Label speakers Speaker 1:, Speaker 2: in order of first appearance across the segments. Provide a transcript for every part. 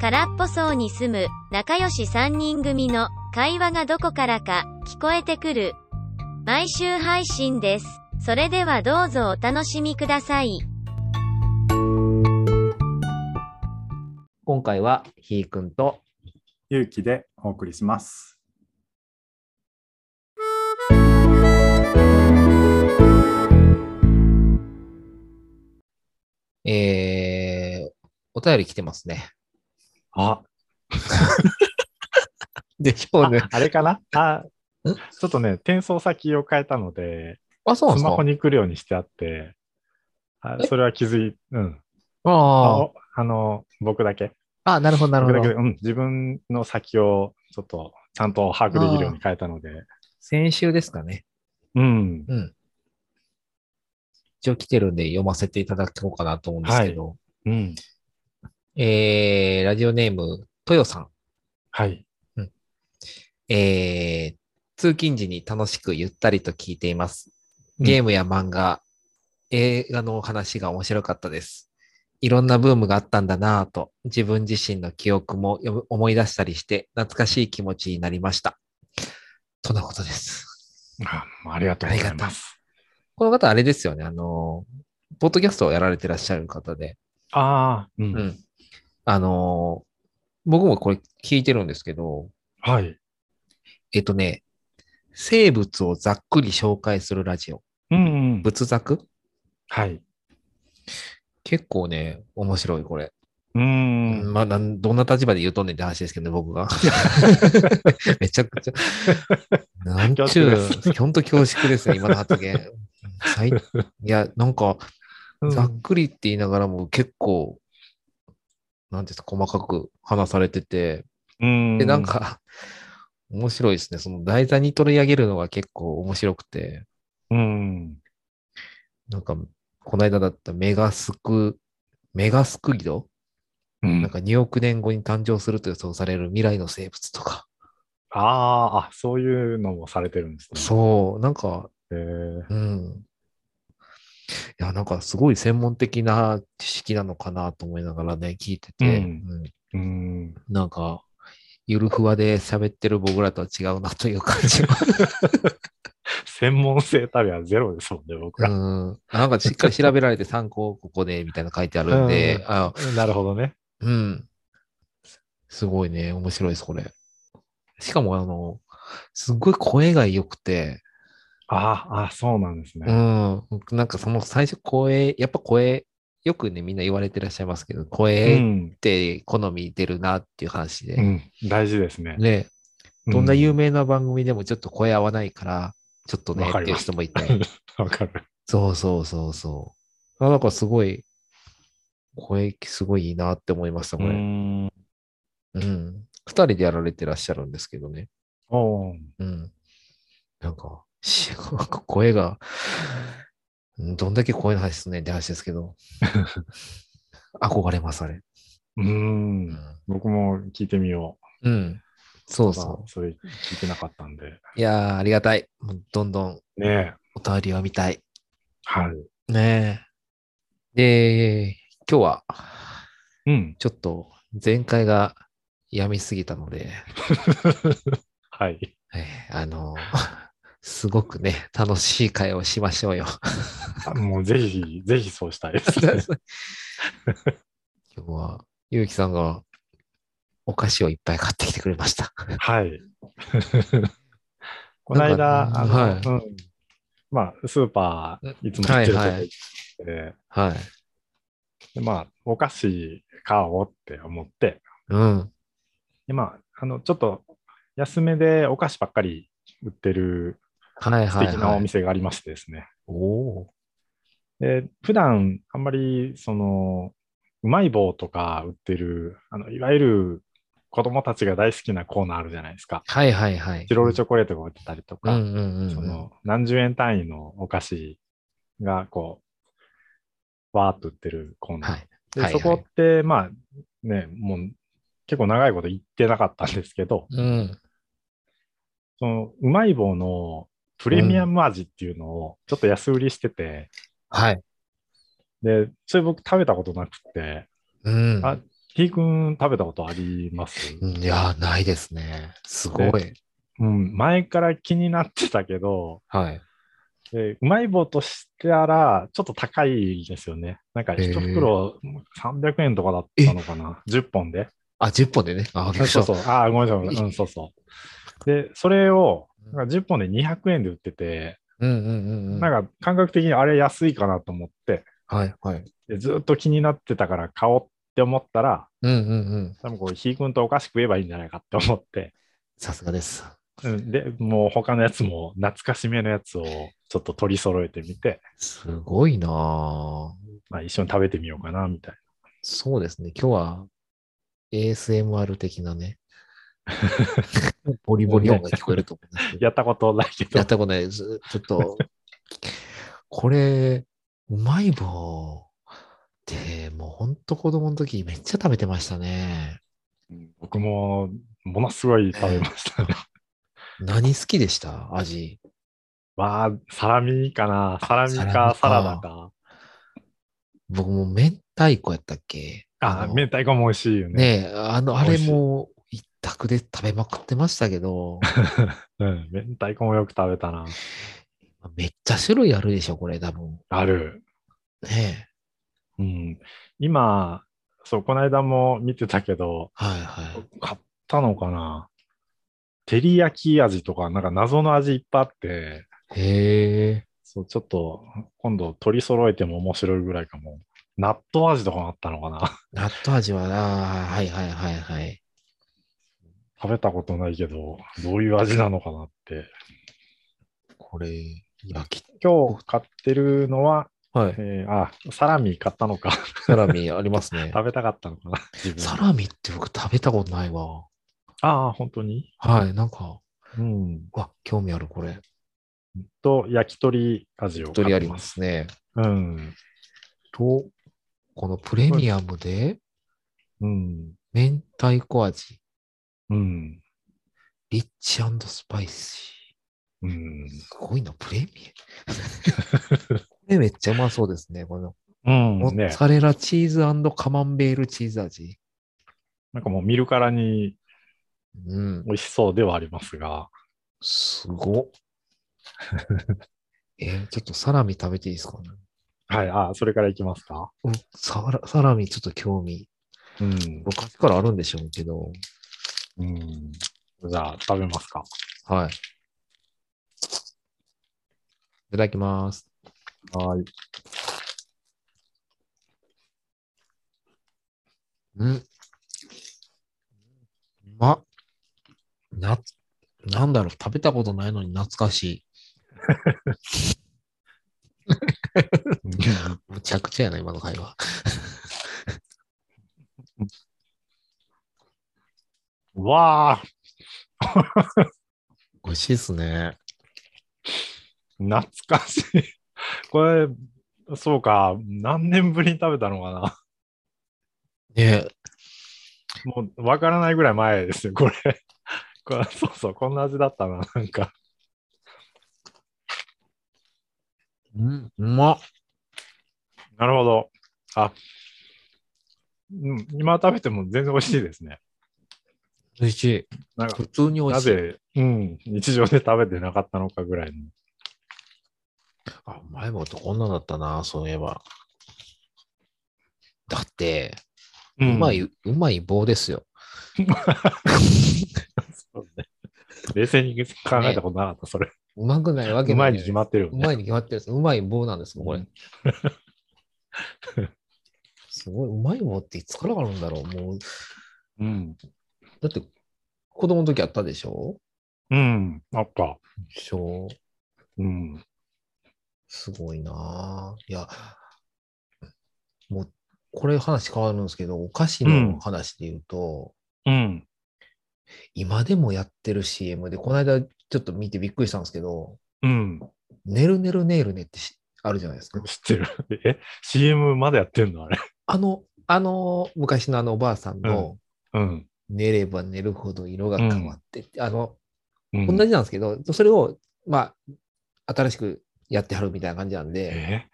Speaker 1: 空っぽそうに住む仲良し3人組の会話がどこからか聞こえてくる毎週配信です。それではどうぞお楽しみください。
Speaker 2: 今回はひーくんと
Speaker 3: 勇気でお送りします。
Speaker 2: えー、お便り来てますね。
Speaker 3: あ、
Speaker 2: でしょうね。
Speaker 3: あれかなあ
Speaker 2: ん
Speaker 3: ちょっとね、転送先を変えたので、
Speaker 2: あ、そうなんで
Speaker 3: ス
Speaker 2: す
Speaker 3: マホ
Speaker 2: か
Speaker 3: に来るようにしてあって、あ
Speaker 2: え
Speaker 3: それは気づい、うん。あ
Speaker 2: あ
Speaker 3: おあの、僕だけ。
Speaker 2: あ、あ、なるほど、なる
Speaker 3: 僕
Speaker 2: ほ
Speaker 3: だけで、
Speaker 2: ど。
Speaker 3: うん、自分の先をちょっとちゃんと把握できるように変えたので、
Speaker 2: 先週ですかね。
Speaker 3: うん。
Speaker 2: うん。一応来てるんで読ませていただこうかなと思うんですけど。
Speaker 3: うん。
Speaker 2: えー、ラジオネーム、とよさん。
Speaker 3: はい。
Speaker 2: えー、通勤時に楽しくゆったりと聞いています。
Speaker 3: うん
Speaker 2: ゲームや漫画、映画のお話が面白かったです。いろんなブームがあったんだなぁと、自分自身の記憶もよみ思い出したりして、懐かしい気持ちになりました。とのことです。
Speaker 3: あありがとうございます。
Speaker 2: この方、あれですよね。あの、ポッドキャストをやられてらっしゃる方で、
Speaker 3: ああ、う。
Speaker 2: うんん。あの、僕もこれ聞いてるんですけど、
Speaker 3: はい。
Speaker 2: えっとね、生物をざっくり紹介するラジオ。
Speaker 3: うん、うん。
Speaker 2: 仏作
Speaker 3: はい。
Speaker 2: 結構ね、面白い、これ。
Speaker 3: う。
Speaker 2: うんん、まあなん、どんな立場で言うとんねんって話ですけどね、僕 が。めちゃくちゃ。なんちゅ
Speaker 3: 恐縮で
Speaker 2: う、ほんと恐縮ですね、今の発言。最いや、なんか、
Speaker 3: うん
Speaker 2: ざっくりって言いながらも結構、なんていうんですか、細かく話されてて、
Speaker 3: うん
Speaker 2: で、なん、か、面白いですね。その題材に取り上げるのが結構面白くて。
Speaker 3: うん。
Speaker 2: なんか、この間だったメガスク、メガスクギド、
Speaker 3: うん
Speaker 2: なんか2億年後に誕生すると予想される未来の生物とか。
Speaker 3: ああ、あ、そういうのもされてるんですね。
Speaker 2: そう、なんか、
Speaker 3: へー
Speaker 2: うん。いや、なんかすごい専門的な知識なのかなと思いながらね、聞いてて、
Speaker 3: うん
Speaker 2: うん
Speaker 3: うん。
Speaker 2: なんか、ゆるふわで喋ってる僕らとは違うなという感じ が。
Speaker 3: 専門性たりはゼロですもんね、僕
Speaker 2: う
Speaker 3: ら。
Speaker 2: ん。なんかしっかり調べられて参考ここでみたいなの書いてあるんで、
Speaker 3: うん
Speaker 2: あ
Speaker 3: なるほどね。
Speaker 2: うん。すごいね、面白いです、これ。しかも、あの、すっごい声が良くて、
Speaker 3: ああ、あそうなんです
Speaker 2: う
Speaker 3: ね。
Speaker 2: ん、なんかその最初声、やっぱ声、よくね、みんな言われてらっしゃいますけど、声っ
Speaker 3: ん。
Speaker 2: て好み出るなっていう話
Speaker 3: う
Speaker 2: で、
Speaker 3: ん。大事ですね。
Speaker 2: ね、どんな
Speaker 3: う
Speaker 2: 有名な番組でもちょっと声合わないから、ちょっとね、
Speaker 3: わか
Speaker 2: って
Speaker 3: り
Speaker 2: いう
Speaker 3: ます
Speaker 2: 人もいて、
Speaker 3: わかる。
Speaker 2: そうそうそうそう。あなんかすごい、声、すごいいいなって思いました、こ
Speaker 3: う
Speaker 2: れ。
Speaker 3: ん。
Speaker 2: うん。二人でやられてらっしゃるんですけどね。
Speaker 3: おー
Speaker 2: うん。なんか、し声が、うんどんだけ声の話すんねんって話ですけ ど、憧れます、あれ。
Speaker 3: う。
Speaker 2: うんん。
Speaker 3: 僕も聞いてみよ
Speaker 2: うん。そう
Speaker 3: う。ま
Speaker 2: そ
Speaker 3: あそれ聞いてなかったんで。
Speaker 2: う。いやー、ありがたい。もうどんどん
Speaker 3: ねえ。
Speaker 2: お便りを見たい。
Speaker 3: はい。
Speaker 2: ねえ。で、今日は、
Speaker 3: うん。
Speaker 2: ちょっと前回が病みすぎたので、
Speaker 3: はい。
Speaker 2: えー あの、すごくね、楽しい会をしましょうよ。
Speaker 3: あもうぜひ、ぜひそうしたいです ね。
Speaker 2: 今日は、ゆうきさんがお菓子をいっぱい買ってきてくれました。
Speaker 3: はい。 この間、
Speaker 2: なんか
Speaker 3: あの、
Speaker 2: はい
Speaker 3: うん、まあ、スーパー、いつも
Speaker 2: は
Speaker 3: 行って
Speaker 2: い
Speaker 3: るとこ
Speaker 2: は
Speaker 3: 行って
Speaker 2: い。、はい。
Speaker 3: でまあ、お菓子買おうって思って、
Speaker 2: うん。
Speaker 3: でまあ、あの、ちょっと安めでお菓子ばっかり売ってる
Speaker 2: はい
Speaker 3: 素
Speaker 2: はい、
Speaker 3: 敵な
Speaker 2: は
Speaker 3: お
Speaker 2: い。
Speaker 3: 店がありましてですね。
Speaker 2: おお
Speaker 3: で、普段、あんまり、その、うまい棒とか売ってる、あの、いわゆる子供たちが大好きなコーナーあるじゃないですか。
Speaker 2: ー。はいはいはい。
Speaker 3: チロルチョコレートが売ってたりと
Speaker 2: う
Speaker 3: か、
Speaker 2: んうんうんうん。
Speaker 3: その何十円単位のお菓子がこう、わーっと売ってるコーナー。
Speaker 2: はい。
Speaker 3: で
Speaker 2: はい
Speaker 3: そこって、まあね、もう結構長いこと行ってなかったんですけど、
Speaker 2: うん。
Speaker 3: そのうまい棒のプレミアム味っていうのをちょっと安売りしてて、
Speaker 2: はい。
Speaker 3: で、それ僕食べたことなくて、
Speaker 2: うん。
Speaker 3: あひーくん食べたことあります
Speaker 2: いやー、ないですね。すごい。
Speaker 3: うん、前から気になってたけど、
Speaker 2: はい。
Speaker 3: でうまい棒としたら、ちょっと高いですよね。なんか
Speaker 2: へー
Speaker 3: 一袋300円とかだったのかな。10本で。
Speaker 2: あ、10本でね。あ、びっくりし
Speaker 3: そう
Speaker 2: た
Speaker 3: そう。ああ、ごめんなさい。うん、そうそう。で、それを、なんか10本で200円で売ってて、
Speaker 2: うんうんうんうん。
Speaker 3: なんか感覚的にあれ安いかなと思って、
Speaker 2: はいはい。
Speaker 3: でずっと気になってたから買おうって思ったら、
Speaker 2: うんうんうん。
Speaker 3: 多分これ、ひーくんとお菓子食えばいいんじゃないかって思って、
Speaker 2: さすがです。
Speaker 3: うん、で、もう他のやつも懐かしめのやつをちょっと取り揃えてみて、
Speaker 2: すごいなぁ
Speaker 3: まあ一緒に食べてみようかな、みたい
Speaker 2: そうですね。今日は ASMR 的な ね。ボリボリ音が聞こえると思うんですけ
Speaker 3: な。
Speaker 2: ど。
Speaker 3: やったことないけど
Speaker 2: やっ、たことないです。ちょっと、これ、うまい棒って、もうほんと子供の時めっちゃ食べてましたね。
Speaker 3: 僕もものすごい食べました ね。
Speaker 2: 何好きでした味。
Speaker 3: わあ、サラミかな。サラミ
Speaker 2: サラミか
Speaker 3: かサラダか。
Speaker 2: 僕も明太子やったっけ
Speaker 3: あ、
Speaker 2: の
Speaker 3: 明太子も美味しいよね。
Speaker 2: ねえ、あの、あれも一択で食べまくってましたけど、
Speaker 3: うん、明太子もよく食べたな。
Speaker 2: めっちゃ種類あるでしょ、これ、多分。
Speaker 3: ある。
Speaker 2: ねえ。
Speaker 3: うん。今、そう、この間も見てたけど、
Speaker 2: はいはい。
Speaker 3: 買ったのかな。照り焼き味とか、なんか謎の味いっぱいあって、
Speaker 2: へえ。
Speaker 3: そう、ちょっと今度取り揃えても面白いぐらいかも。納豆味とかもあったのかな。
Speaker 2: 納豆味はな、はいはいはいはい。
Speaker 3: 食べたことないけど、どういう味なのかなって。
Speaker 2: これ、焼き。
Speaker 3: 今日買ってるのは、
Speaker 2: はい。
Speaker 3: えーあ、サラミ買ったのか。
Speaker 2: サラミあります ね。
Speaker 3: 食べたかったのかな。自分
Speaker 2: サラミって僕食べたことないわ。
Speaker 3: ああ、本当に
Speaker 2: はい、なんか、
Speaker 3: うん。
Speaker 2: うわ、興味ある、これ。
Speaker 3: と、焼き鳥味を
Speaker 2: 一
Speaker 3: 買って
Speaker 2: 人ありま。すね。
Speaker 3: うん。
Speaker 2: と、このプレミアムで、
Speaker 3: うん。
Speaker 2: 明太子味、
Speaker 3: うん。
Speaker 2: リッチスパイシー。
Speaker 3: うん。
Speaker 2: すごいな、プレミ アム。これめっちゃうまそうですね。この
Speaker 3: うん
Speaker 2: モ、ッ
Speaker 3: ね
Speaker 2: ツ。ァレラチーズカマンベールチーズ味。
Speaker 3: なんかもう見るからに
Speaker 2: うん。
Speaker 3: 美味しそうではありますが。
Speaker 2: すごっ。 えーちょっとサラミ食べていいですかね。
Speaker 3: はい。ああ、それからいきますか。
Speaker 2: うんサラサラミちょっと興味。
Speaker 3: うん。
Speaker 2: 昔からあるんでしょうけど。
Speaker 3: うん。じゃあ、食べますか。
Speaker 2: はい。いただきます。
Speaker 3: はい。
Speaker 2: うん。うまっな、なんだろう、食べたことないのに懐かしい。むちゃくちゃやな、今の会話。
Speaker 3: うんわあ、
Speaker 2: 美味しいですね。
Speaker 3: 懐かしい。 これ、そうか。何年ぶりに食べたのかな。
Speaker 2: ね
Speaker 3: もう、わからないぐらい前ですよ、これ。 これそうそう、こんな味だったな、なんか。
Speaker 2: うん、うまっ
Speaker 3: なるほど。あ、うん、今食べても全然美味しいですね。
Speaker 2: 美味しい。
Speaker 3: なんか
Speaker 2: 普、通に美
Speaker 3: な
Speaker 2: 味しい。
Speaker 3: ぜ、うん、日常で食べてなかったのかぐらいの。
Speaker 2: あ、前もってこんなんだったな、そういえば。だって、う
Speaker 3: うん
Speaker 2: まい、。うまい棒です よ。
Speaker 3: そうね冷静に考えたことなかった、それ。
Speaker 2: うまくないわけ
Speaker 3: う
Speaker 2: な
Speaker 3: ま
Speaker 2: い
Speaker 3: いに決まってるよ
Speaker 2: う
Speaker 3: ね。
Speaker 2: まいに決まってるんです。うまい棒なんですよ、 これ。すごい、うまい棒っていつからあるんだろう。もう、
Speaker 3: うん。
Speaker 2: だって、子供の時あったでしょ
Speaker 3: うん、あった。
Speaker 2: 小
Speaker 3: うん。
Speaker 2: すごいなぁ。いや、もう、これ話変わるんですけど、お菓子の話で言うと、
Speaker 3: うん。
Speaker 2: 今でもやってる CM で、この間ちょっと見てびっくりしたんですけど、
Speaker 3: うん。
Speaker 2: ねるねるねるねってしあるじゃないですか。
Speaker 3: 知ってる。え、CM まだやってんのあれ。
Speaker 2: あの、あの、昔のあのおばあさんの、
Speaker 3: うん。
Speaker 2: 寝れば寝るほど色が変わって、あの、
Speaker 3: うん、
Speaker 2: 同じなんですけど、それを、まあ、新しくやってはるみたいな感じなんで、
Speaker 3: え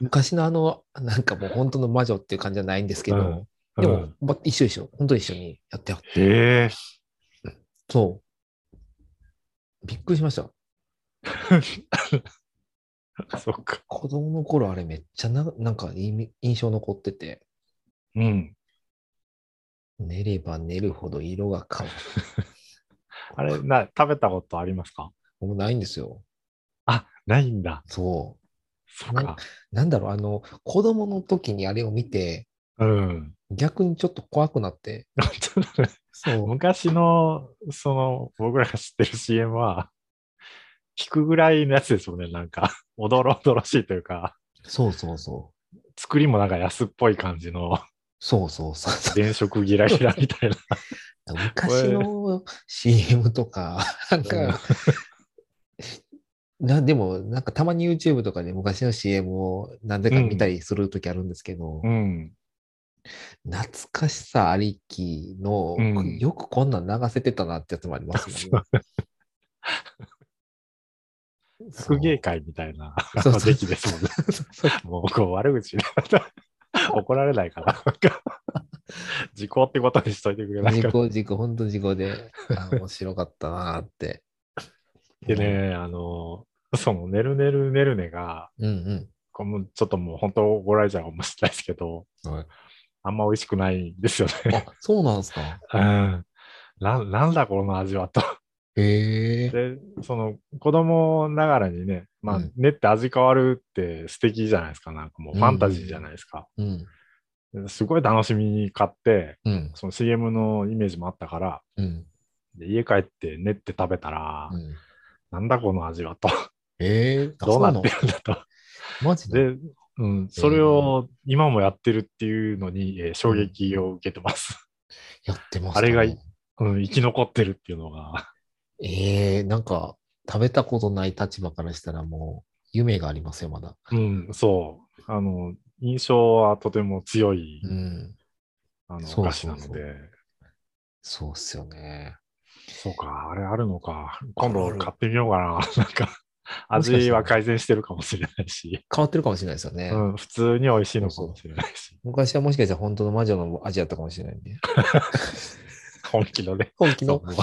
Speaker 2: 昔のあの、なんかもう本当の魔女っていう感じじゃないんですけど、
Speaker 3: うん
Speaker 2: で
Speaker 3: う
Speaker 2: も
Speaker 3: ん、
Speaker 2: ば一緒一緒。本当に一緒にやってよ。
Speaker 3: へえ。
Speaker 2: そう。びっくりしました。
Speaker 3: そ っか。
Speaker 2: 子供の頃あれめっちゃな、なんか意味印象残ってて、
Speaker 3: うん。
Speaker 2: 寝れば寝るほど色が変わる。
Speaker 3: あれ、な、食べたことありますか
Speaker 2: もうないんですよ。
Speaker 3: あ、ないんだ。
Speaker 2: そ
Speaker 3: そっか。
Speaker 2: う。なんだろう、あの、子供の時にあれを見て、
Speaker 3: うん。
Speaker 2: 逆にちょっと怖くなって、
Speaker 3: ちょっとね
Speaker 2: そう。
Speaker 3: 昔の、その、僕らが知ってる CM は、聞くぐらいのやつですもんね。なんか、おどろおどろしいというか、
Speaker 2: そうそうそう。
Speaker 3: 作りもなんか安っぽい感じの、
Speaker 2: そうそうそうそう。
Speaker 3: 電飾ギラギラみたいな。
Speaker 2: 昔の CM とか、なんか、 なでも、なんかたまに YouTube とかで昔の CM を何でか見たりするときあるんですけど、
Speaker 3: うん。
Speaker 2: 懐かしさありきの、
Speaker 3: うん
Speaker 2: よくこんなん流せてたなってやつもありますよね。
Speaker 3: 副芸会みたいな
Speaker 2: そうそう
Speaker 3: 時期 ですもんね。もうこう悪口だった 怒られないから。なんか時効ってことにしといてくれない
Speaker 2: 事
Speaker 3: か
Speaker 2: 故、事故、本当事故で、あ面白かったなーって。
Speaker 3: でね、あの、その、ねるねるねるねが、
Speaker 2: うんうん。
Speaker 3: これもちょっともう本当怒られちゃうかもしれないですけど、
Speaker 2: はい
Speaker 3: あんま美味しくないんですよ
Speaker 2: あ、
Speaker 3: ね。
Speaker 2: そうなんですか。
Speaker 3: うん。な、なんだこの味はと。
Speaker 2: へえ。
Speaker 3: で、その、子供ながらにね、まあ
Speaker 2: うん、
Speaker 3: ねって味変わるって素敵じゃないですか。なんかもうファンタジーじゃないですか。
Speaker 2: うん。
Speaker 3: すごい楽しみに買って、
Speaker 2: うん。
Speaker 3: その CM のイメージもあったから、
Speaker 2: うん。
Speaker 3: で家帰って練って食べたら、
Speaker 2: うん、
Speaker 3: なんだこの味はと、
Speaker 2: ええあ
Speaker 3: どうなっ
Speaker 2: そ
Speaker 3: てるんだと。
Speaker 2: のマジで
Speaker 3: で、うん、それを今もやってるっていうのに、えー衝撃を受けてます。
Speaker 2: やってます、
Speaker 3: あれがいうん、生き残ってるっていうのが。
Speaker 2: ええなんか、食べたことない立場からしたらもう、夢がありますよ、まだ。
Speaker 3: うん、そう。あの、印象はとても強い、
Speaker 2: うん。
Speaker 3: あの
Speaker 2: そうそうそう
Speaker 3: お菓子なので、
Speaker 2: そ
Speaker 3: そう
Speaker 2: うっすよね。
Speaker 3: か、あれあるのか。今度
Speaker 2: ある
Speaker 3: 買ってみようかな。 なんか、
Speaker 2: もしかしたら
Speaker 3: 味は改善してるかもしれないし、
Speaker 2: 変わってるかもしれないですよね。
Speaker 3: うん、普通に美味しいのかもしれない し、
Speaker 2: 昔はもしかしたら本当の魔女の味だったかもしれないんで。
Speaker 3: 本気のね、
Speaker 2: 本気
Speaker 3: そう
Speaker 2: の
Speaker 3: もうフ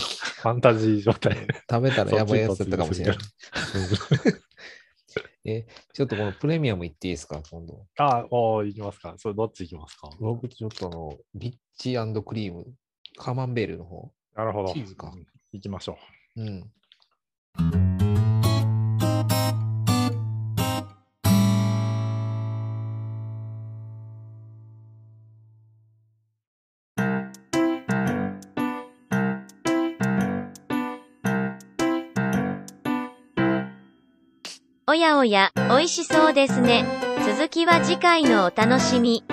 Speaker 3: ァンタジー状態。
Speaker 2: 食べたらやばいやつだったかもしれない
Speaker 3: そ。
Speaker 2: え、ちょっとこのプレミアムいっていいですか、今度。
Speaker 3: あ、おーいきますか。それどっちいきますか。
Speaker 2: 僕ちょっとあの、リッチクリーム、カマンベールの方。
Speaker 3: なるほど。
Speaker 2: チーズか
Speaker 3: うん。いきましょ
Speaker 2: うん。
Speaker 1: おやおや、美味しそうですね。続きは次回のお楽しみ。